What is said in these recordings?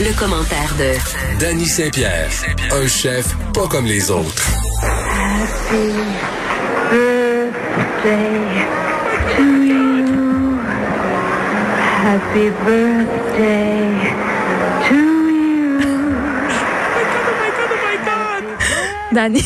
le commentaire de Danny Saint-Pierre, un chef pas comme les autres. Happy birthday to you. Happy birthday to you. Dani,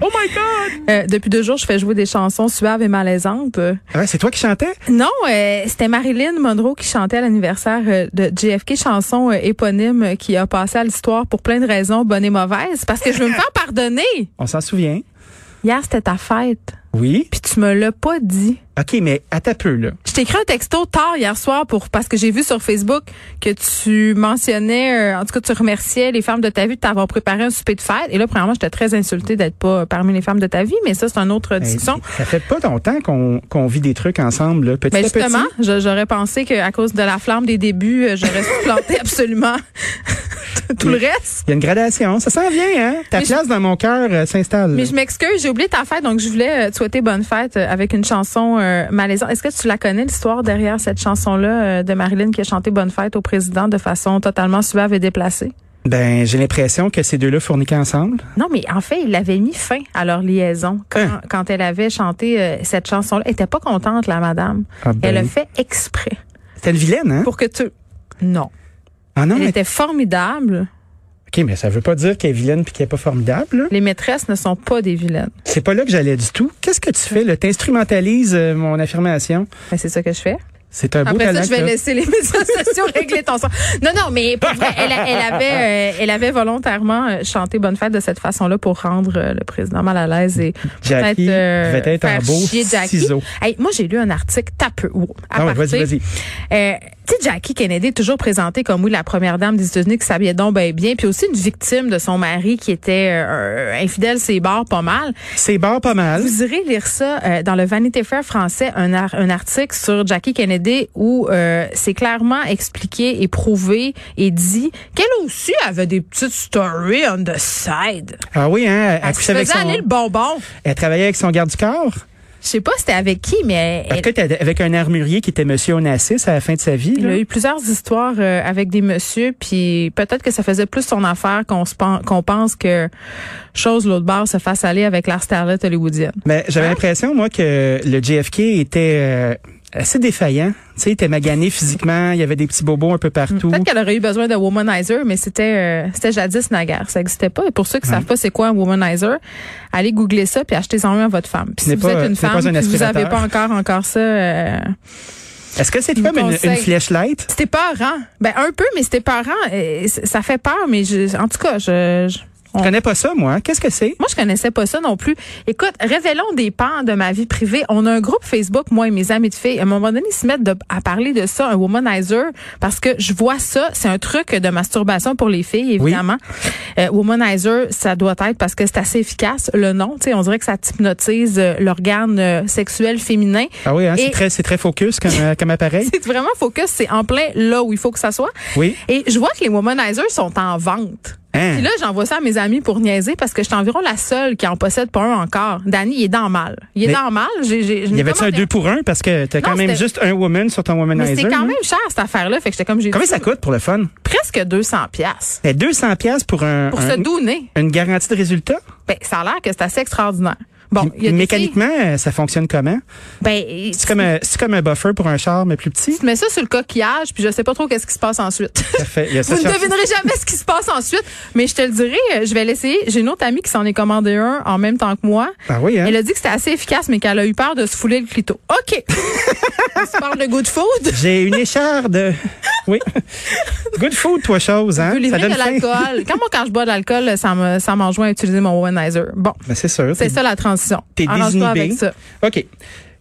Oh my God! euh, depuis deux jours, je fais jouer des chansons suaves et malaisantes. Euh, Ah ouais, c'est toi qui chantais? Non, euh, c'était Marilyn Monroe qui chantait à l'anniversaire euh, de JFK, chanson euh, éponyme euh, qui a passé à l'histoire pour plein de raisons, bonnes et mauvaises, parce que je veux me faire pardonner. On s'en souvient. Hier, c'était ta fête, Oui. puis tu me l'as pas dit. OK, mais à ta peu, là. Je t'ai écrit un texto tard hier soir pour parce que j'ai vu sur Facebook que tu mentionnais, euh, en tout cas, tu remerciais les femmes de ta vie de t'avoir préparé un souper de fête. Et là, premièrement, j'étais très insultée d'être pas euh, parmi les femmes de ta vie, mais ça, c'est une autre Ben, discussion. Ça fait pas longtemps qu'on qu'on vit des trucs ensemble, là, petit Mais à petit. Ben, justement, je- j'aurais pensé qu'à cause de la flamme des débuts, euh, j'aurais supplanté absolument tout le reste. Il y a une gradation. Ça s'en vient, hein? Ta Mais je- place dans mon cœur euh, s'installe. Mais je m'excuse, j'ai oublié ta fête, donc je voulais euh, te souhaiter bonne fête euh, avec une chanson euh, malaisante. Est-ce que tu la connais, l'histoire derrière cette chanson-là euh, de Marilyn qui a chanté Bonne fête au président de façon totalement suave et déplacée? Ben, j'ai l'impression que ces deux-là fourniquaient ensemble. Non, mais en fait, il avait mis fin à leur liaison quand, Hein? quand elle avait chanté euh, cette chanson-là. Elle était pas contente, la madame. Ah ben. Elle le fait exprès C'était une vilaine, hein? pour que tu... Non. Ah non, Elle mais... était formidable. OK, mais ça veut pas dire qu'elle est vilaine puis qu'elle est pas formidable, là. Les maîtresses ne sont pas des vilaines. C'est pas là que j'allais du tout. Qu'est-ce que tu fais, là? T'instrumentalises euh, mon affirmation. Ben, c'est ça que je fais. C'est un beau Après ça, talent je vais que t'as. laisser les médias sociaux régler ton sens. Non, non, mais pour vrai, elle, a- elle avait, euh, elle avait volontairement euh, chanté Bonne fête de cette façon-là pour rendre euh, le président mal à l'aise et Jackie peut-être euh, devait être faire en beau chier Jackie. ciseau. Hey, moi, j'ai lu un article tapeux. wow, à Ah ouais, vas-y, partir- vas-y. Euh, tu sais, Jackie Kennedy est toujours présentée comme oui la première dame des États-Unis qui s'habillait donc ben bien, puis aussi une victime de son mari qui était euh, euh, infidèle, c'est barre pas mal. C'est barre pas mal. Vous irez lire ça euh, dans le Vanity Fair français, un, ar- un article sur Jackie Kennedy où euh, c'est clairement expliqué et prouvé et dit qu'elle aussi avait des petites stories on the side. Ah oui, hein? Elle, Elle se couchait avec faisait son... aller le bonbon. Elle travaillait avec son garde du corps. Je sais pas c'était avec qui, mais En tout elle, cas, t'as- avec un armurier qui était Monsieur Onassis à la fin de sa vie. elle là. a eu plusieurs histoires euh, avec des messieurs, puis peut-être que ça faisait plus son affaire qu'on se pen- qu'on pense que chose l'autre barre se fasse aller avec la starlette hollywoodienne. Mais j'avais Ah. l'impression, moi, que le JFK était euh, assez défaillant. Tu sais, il était magané physiquement, il y avait des petits bobos un peu partout. Peut-être qu'elle aurait eu besoin de womanizer, mais c'était euh, c'était jadis naguère. Ça n'existait pas. Et pour ceux qui savent pas c'est quoi un womanizer, allez googler ça puis achetez-en un à votre femme. Ce Puis si n'est vous pas, êtes euh, une ce n'est femme pas un puis vous n'avez aspirateur. pas encore encore ça, euh, Est-ce que c'est vous comme une, conseille. une flashlight? c'était peurant. Ben un peu, mais c'était peurant. Et c- Ça fait peur, mais je- en tout cas, je, je- on- Je connais pas ça, moi. hein. Qu'est-ce que c'est? moi, je connaissais pas ça non plus. Écoute, révélons des pans de ma vie privée. On a un groupe Facebook, moi et mes amis de filles. À un moment donné, ils se mettent de- à parler de ça, un womanizer, parce que je vois ça. C'est un truc de masturbation pour les filles, évidemment. Euh, womanizer, ça doit être parce que c'est assez efficace. Le nom, tu sais, on dirait que ça hypnotise euh, l'organe euh, sexuel féminin. Ah oui, hein, Et- c'est très, c'est très focus comme, euh, comme appareil. C'est vraiment focus, c'est en plein là où il faut que ça soit. Oui. Et je vois que les womanizers sont en vente. Hein? Puis là, j'envoie ça à mes amis pour niaiser parce que je suis environ la seule qui en possède pas un encore. Danny, il est dans le mal. Il est Mais- dans le mal. J'ai, j'ai, je Il y n'ai avait-tu un commandé- deux pour un? Parce que t'as Non, quand même c'était- juste un woman sur ton Mais womanizer. c'est quand là. même cher, cette affaire-là. Fait que j'étais comme, j'ai Combien ça coûte pour le fun? presque 200 pièces C'est 200 pièces pour un, pour un- se douner. une garantie de résultat? Ben, ça a l'air que c'est assez extraordinaire. Bon, Oh, il y a des Mécaniquement, euh, ça fonctionne comment? filles- ben, C'est comme, un- c'est comme un buffer pour un char, mais plus petit. tu mets ça sur le coquillage, puis je sais pas trop qu'est-ce qui se passe ensuite. Parfait. Il y a ça Vous ne sur- devinerez jamais ce qui se passe ensuite, mais je te le dirai, euh, je vais l'essayer. J'ai une autre amie qui s'en est commandé un en même temps que moi. Ah oui, hein? Elle a dit que c'était assez efficace, mais qu'elle a eu peur de se fouler le clito. OK. On se parle de good food. J'ai une écharde. Oui. Good food, toi, chose, hein? Je peux livrer de faim. l'alcool. Quand moi, quand je bois de l'alcool, ça me, ça m'enjoint à utiliser mon womanizer. Bon. Ben, c'est sûr. C'est T'es- ça la transition. T'es Arrange-toi désinhibé. avec ça. OK.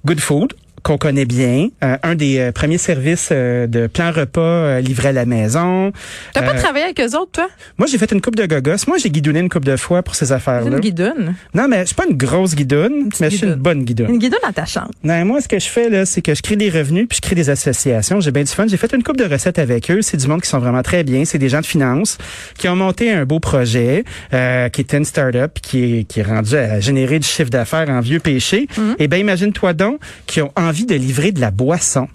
Good food qu'on connaît bien, Euh, un des euh, premiers services euh, de plan repas euh, livré à la maison. T'as pas Euh, travaillé avec eux autres, toi? moi, j'ai fait une coupe de gogos. Moi, j'ai guidonné une coupe de fois pour ces T'es affaires-là. une guidoune. Non, mais je suis pas une grosse guidoune, petite mais je suis une guidoune. bonne guidoune. Une guidoune attachante. Non, moi, ce que je fais, là, c'est que je crée des revenus puis je crée des associations. J'ai bien du fun. J'ai fait une coupe de recettes avec eux. C'est du monde qui sont vraiment très bien. C'est des gens de finance qui ont monté un beau projet euh, qui était une start-up puis qui est, qui est rendu à générer du Mhm. chiffre d'affaires en vieux péché. Eh ben, imagine-toi donc qui ont envie de livrer de la boisson.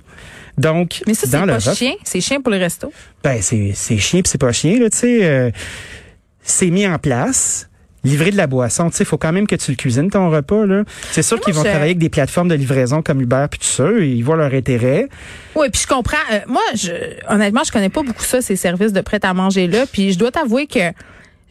Donc, Mais ça, c'est dans pas le rock, chien. C'est chien pour le resto. ben c'est c'est chien puis c'est pas chien là, tu sais euh, c'est mis en place livrer de la boisson, tu sais, faut quand même que tu le cuisines ton repas là. C'est sûr Mais moi, qu'ils vont je- travailler avec des plateformes de livraison comme Uber puis tout ça, et ils voient leur intérêt. Oui, puis je comprends. Euh, moi, je, honnêtement, je connais pas beaucoup ça, ces services de prêt-à-manger-là. Puis je dois t'avouer que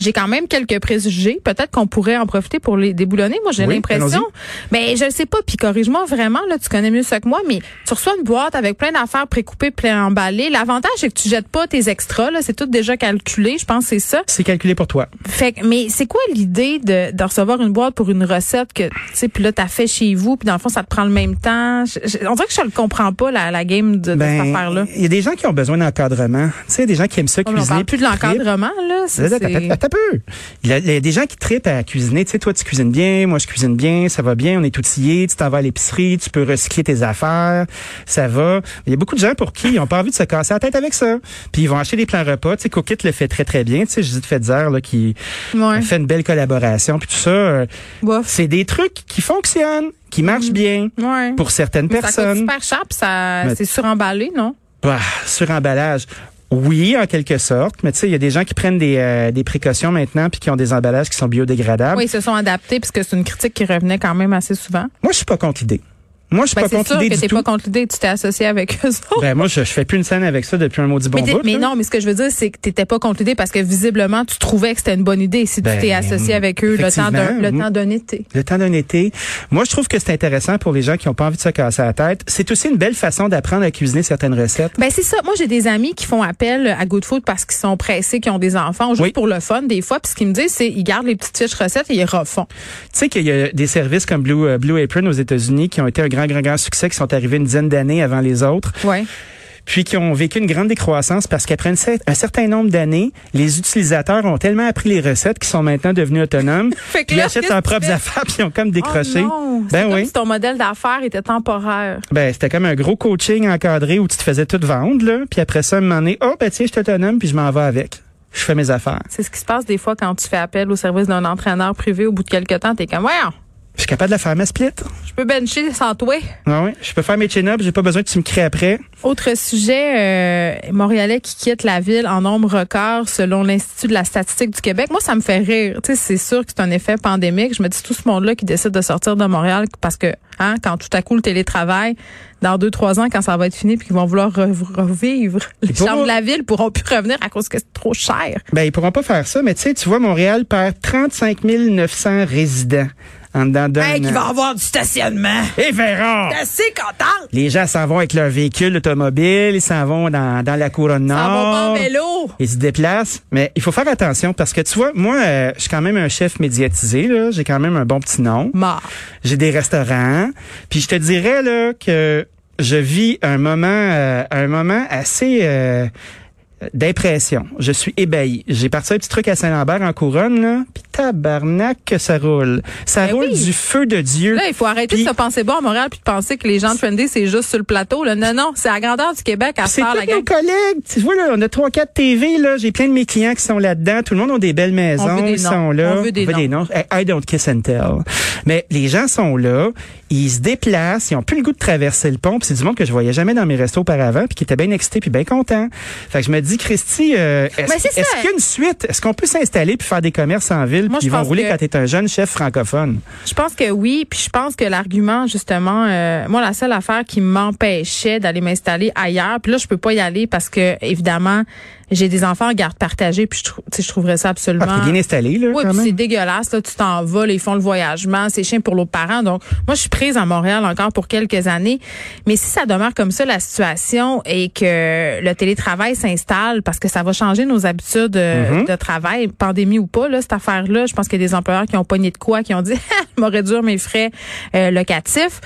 j'ai quand même quelques préjugés. Peut-être qu'on pourrait en profiter pour les déboulonner. Moi, j'ai Oui, l'impression. Mais je ne sais pas, puis corrige-moi vraiment, là, tu connais mieux ça que moi, mais tu reçois une boîte avec plein d'affaires précoupées, plein emballées. L'avantage, c'est que tu jettes pas tes extras. là. C'est tout déjà calculé. Je pense que c'est ça. C'est calculé pour toi. Fait que, mais c'est quoi l'idée de, de recevoir une boîte pour une recette que, tu sais, puis là, t'as fait chez vous, puis dans le fond, ça te prend le même temps? Je- je- on dirait que je le comprends pas, la, la game de, de cette affaire-là. Ben, il y a des gens qui ont besoin d'encadrement. Tu sais, des gens qui aiment ça On cuisiner. parle plus de puis qui trippent. l'encadrement, là. Ça, Attends, c'est- attends, attends un peu. Il y a- il y a des gens qui tripent à cuisiner. Tu sais, toi, tu cuisines bien, moi, je cuisine bien, ça va bien, on est outillés, tu t'en vas à l'épicerie, tu peux recycler tes affaires, ça va. Il y a beaucoup de gens pour qui ils n'ont pas envie de se casser la tête avec ça. Puis ils vont acheter des plans repas. Tu sais, Cookit le fait très, très bien. Tu sais, Judith Fedzer, là, qui Ouais. fait une belle collaboration, puis tout ça. euh, Bof. C'est des trucs qui fonctionnent, qui marchent bien Ouais. pour certaines Mais Mm. Ça coûte personnes. super cher, puis ça, Mais- c'est suremballé, non? Bah, sur emballage. Oui, en quelque sorte, mais tu sais, il y a des gens qui prennent des, euh, des précautions maintenant puis qui ont des emballages qui sont biodégradables. Oui, ils se sont adaptés, puisque c'est une critique qui revenait quand même assez souvent. Moi, je suis pas contre l'idée. Moi, je suis Ben, pas c'est contre sûr l'idée que du t'es tout. pas contre l'idée, tu t'es associé avec eux autres. Ben moi, je, je fais plus une scène avec ça depuis un maudit bon mais, t'es- bout. hein? mais là. non, mais ce que je veux dire, c'est que t'étais pas contre l'idée parce que visiblement, tu trouvais que c'était une bonne idée si Ben, tu t'es associé avec eux le temps d'un, le effectivement. temps d'un été. Le temps d'un été. Moi, je trouve que c'est intéressant pour les gens qui ont pas envie de se casser la tête. C'est aussi une belle façon d'apprendre à cuisiner certaines recettes. Ben c'est ça. Moi j'ai des amis qui font appel à Good Food parce qu'ils sont pressés, qui ont des enfants, juste Oui. pour le fun des fois. Puis ce qu'ils me disent, c'est ils gardent les petites fiches recettes et ils refont. Tu sais qu'il y a des services comme Blue, euh, Blue Apron aux États-Unis qui ont été un grand, grand, grand succès, qui sont arrivés une dizaine d'années avant les autres. Ouais. puis qui ont vécu une grande décroissance parce qu'après une cer- un certain nombre d'années, les utilisateurs ont tellement appris les recettes qu'ils sont maintenant devenus autonomes. Fait que Puis ils là, achètent qu'est-ce leurs que tu propres fais? affaires puis ils ont comme décroché. Oh non, c'est ben comme oui. si ton modèle d'affaires était temporaire. Ben c'était comme un gros coaching encadré où tu te faisais tout vendre là, puis après ça, un moment donné, oh ben tiens, je suis autonome puis je m'en vais avec. Je fais mes affaires. C'est ce qui se passe des fois quand tu fais appel au service d'un entraîneur privé au bout de quelques temps, t'es comme Voyons, Je suis capable de la faire ma split. je peux bencher sans toi. Ah ouais, je peux faire mes chin-ups, j'ai pas besoin que tu me crées après. Autre sujet, euh, Montréalais qui quitte la ville en nombre record selon l'Institut de la statistique du Québec. Moi, ça me fait rire. Tu sais, c'est sûr que c'est un effet pandémique. Je me dis tout ce monde-là qui décide de sortir de Montréal parce que, hein, quand tout à coup le télétravail, dans deux, trois ans, quand ça va être fini, puis qu'ils vont vouloir re- revivre, les pour- gens de la ville pourront plus revenir à cause que c'est trop cher. Ben, ils pourront pas faire ça, mais tu sais, tu vois, Montréal perd 35 900 résidents en dedans d'un Hey, an. qu'il va avoir du stationnement. Et Ferrand! T'es assez contente. Les gens s'en vont avec leur véhicule automobile, ils s'en vont dans, dans la couronne Ça va pas en nord. vélo. Ils se déplacent, mais il faut faire attention parce que tu vois, moi, euh, je suis quand même un chef médiatisé, là. J'ai quand même un bon petit nom. Mort. J'ai des restaurants. Puis je te dirais, là, que je vis un moment, euh, un moment assez, euh, d'impression. Je suis ébahi. J'ai parti un petit truc à Saint-Lambert en couronne, là. Puis tabarnak que ça roule. Ça Ben roule oui. du feu de Dieu. Là, il faut arrêter Puis- de se penser bon à Montréal puis de penser que les gens trendy, c'est juste sur le plateau. Là. Non, non, c'est à la grandeur du Québec à Puis C'est faire la tous nos gang. collègues. Tu vois, là, on a 3-4 TV, là. J'ai plein de mes clients qui sont là-dedans. Tout le monde a des belles maisons. On veut des ils noms. sont là. On veut des noms. I I don't kiss and tell. Mais les gens sont là. Ils se déplacent. Ils ont plus le goût de traverser le pont. Puis c'est du monde que je voyais jamais dans mes restos auparavant puis qui était bien excité puis bien content. Fait que je me dis, Christy, euh, Mais est-ce c'est ça. est-ce qu'il y a une suite? Est-ce qu'on peut s'installer puis faire des commerces en ville Moi, puis je ils vont pense rouler que- quand t'es un jeune chef francophone? Je pense que oui, puis je pense que l'argument, justement, euh, moi, la seule affaire qui m'empêchait d'aller m'installer ailleurs, puis là, je peux pas y aller parce que, évidemment, j'ai des enfants en garde partagée, puis je, trou- tu sais, je trouverais ça absolument... Ah, t'es bien installé, là, Oui, quand puis même. c'est dégueulasse. Là, tu t'en vas, là, ils font le voyagement, c'est chiant pour l'autre parent. Donc, moi, je suis prise à Montréal encore pour quelques années. Mais si ça demeure comme ça, la situation, et que le télétravail s'installe parce que ça va changer nos habitudes euh, Mm-hmm. de travail, pandémie ou pas, là, cette affaire-là, je pense qu'il y a des employeurs qui ont pogné de quoi, qui ont dit, Ah, je vais réduire mes frais euh, locatifs.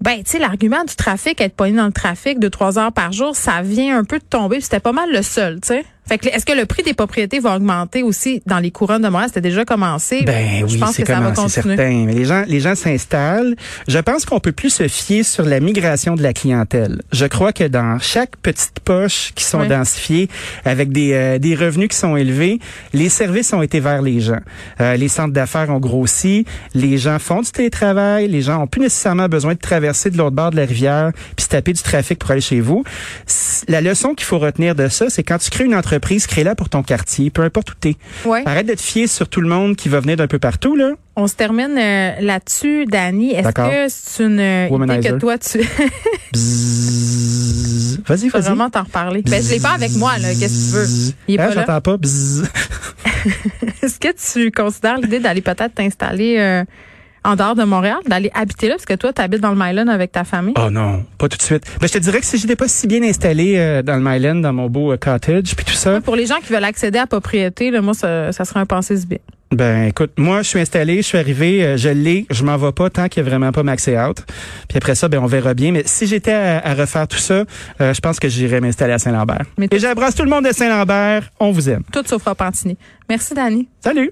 Ben, tu sais, l'argument du trafic, être pogné dans le trafic de trois heures par jour, ça vient un peu de tomber. puis C'était pas mal le seul, tu sais. Fait que est-ce que le prix des propriétés va augmenter aussi dans les couronnes de Montréal? C'était déjà commencé. Ben je oui, pense c'est que ça va comment, c'est continuer. certain. Mais les gens, les gens s'installent. Je pense qu'on peut plus se fier sur la migration de la clientèle. Je crois que dans chaque petite poche qui sont Ouais. densifiées, avec des, euh, des revenus qui sont élevés, les services ont été vers les gens. Euh, les centres d'affaires ont grossi. Les gens font du télétravail. Les gens ont plus nécessairement besoin de traverser de l'autre bord de la rivière puis se taper du trafic pour aller chez vous. S- La leçon qu'il faut retenir de ça, c'est quand tu crées une entreprise, crée-la pour ton quartier, peu importe où t'es. Ouais. Arrête de te fier sur tout le monde qui va venir d'un peu partout, là. On se termine euh, là-dessus, Dani. Est-ce D'accord. que c'est une euh, idée Womanizer. que toi tu Bzzz. Vas-y, peux vas-y. vraiment t'en reparler? Ben, je l'ai pas avec moi, là. Qu'est-ce que tu veux? Il est Ah, pas là. j'entends pas. Bzzz. Est-ce que tu considères l'idée d'aller peut-être t'installer euh, en dehors de Montréal, d'aller habiter là, parce que toi, tu habites dans le Myland avec ta famille? Oh non, pas tout de suite. Ben, je te dirais que si j'étais pas si bien installé euh, dans le Myland, dans mon beau euh, cottage, puis tout ça, Pour les gens qui veulent accéder à la propriété, là, moi, ça, ça serait un pensée bien. ben écoute, moi je suis installé, je suis arrivé, euh, je l'ai, je m'en vais pas tant qu'il y a vraiment pas maxé out. Puis après ça, ben on verra bien. Mais si j'étais à, à refaire tout ça, euh, je pense que j'irais m'installer à Saint-Lambert. Mais t- Et j'embrasse tout le monde de Saint-Lambert. On vous aime. Tout sauf Repentigny. Merci, Dani. Salut.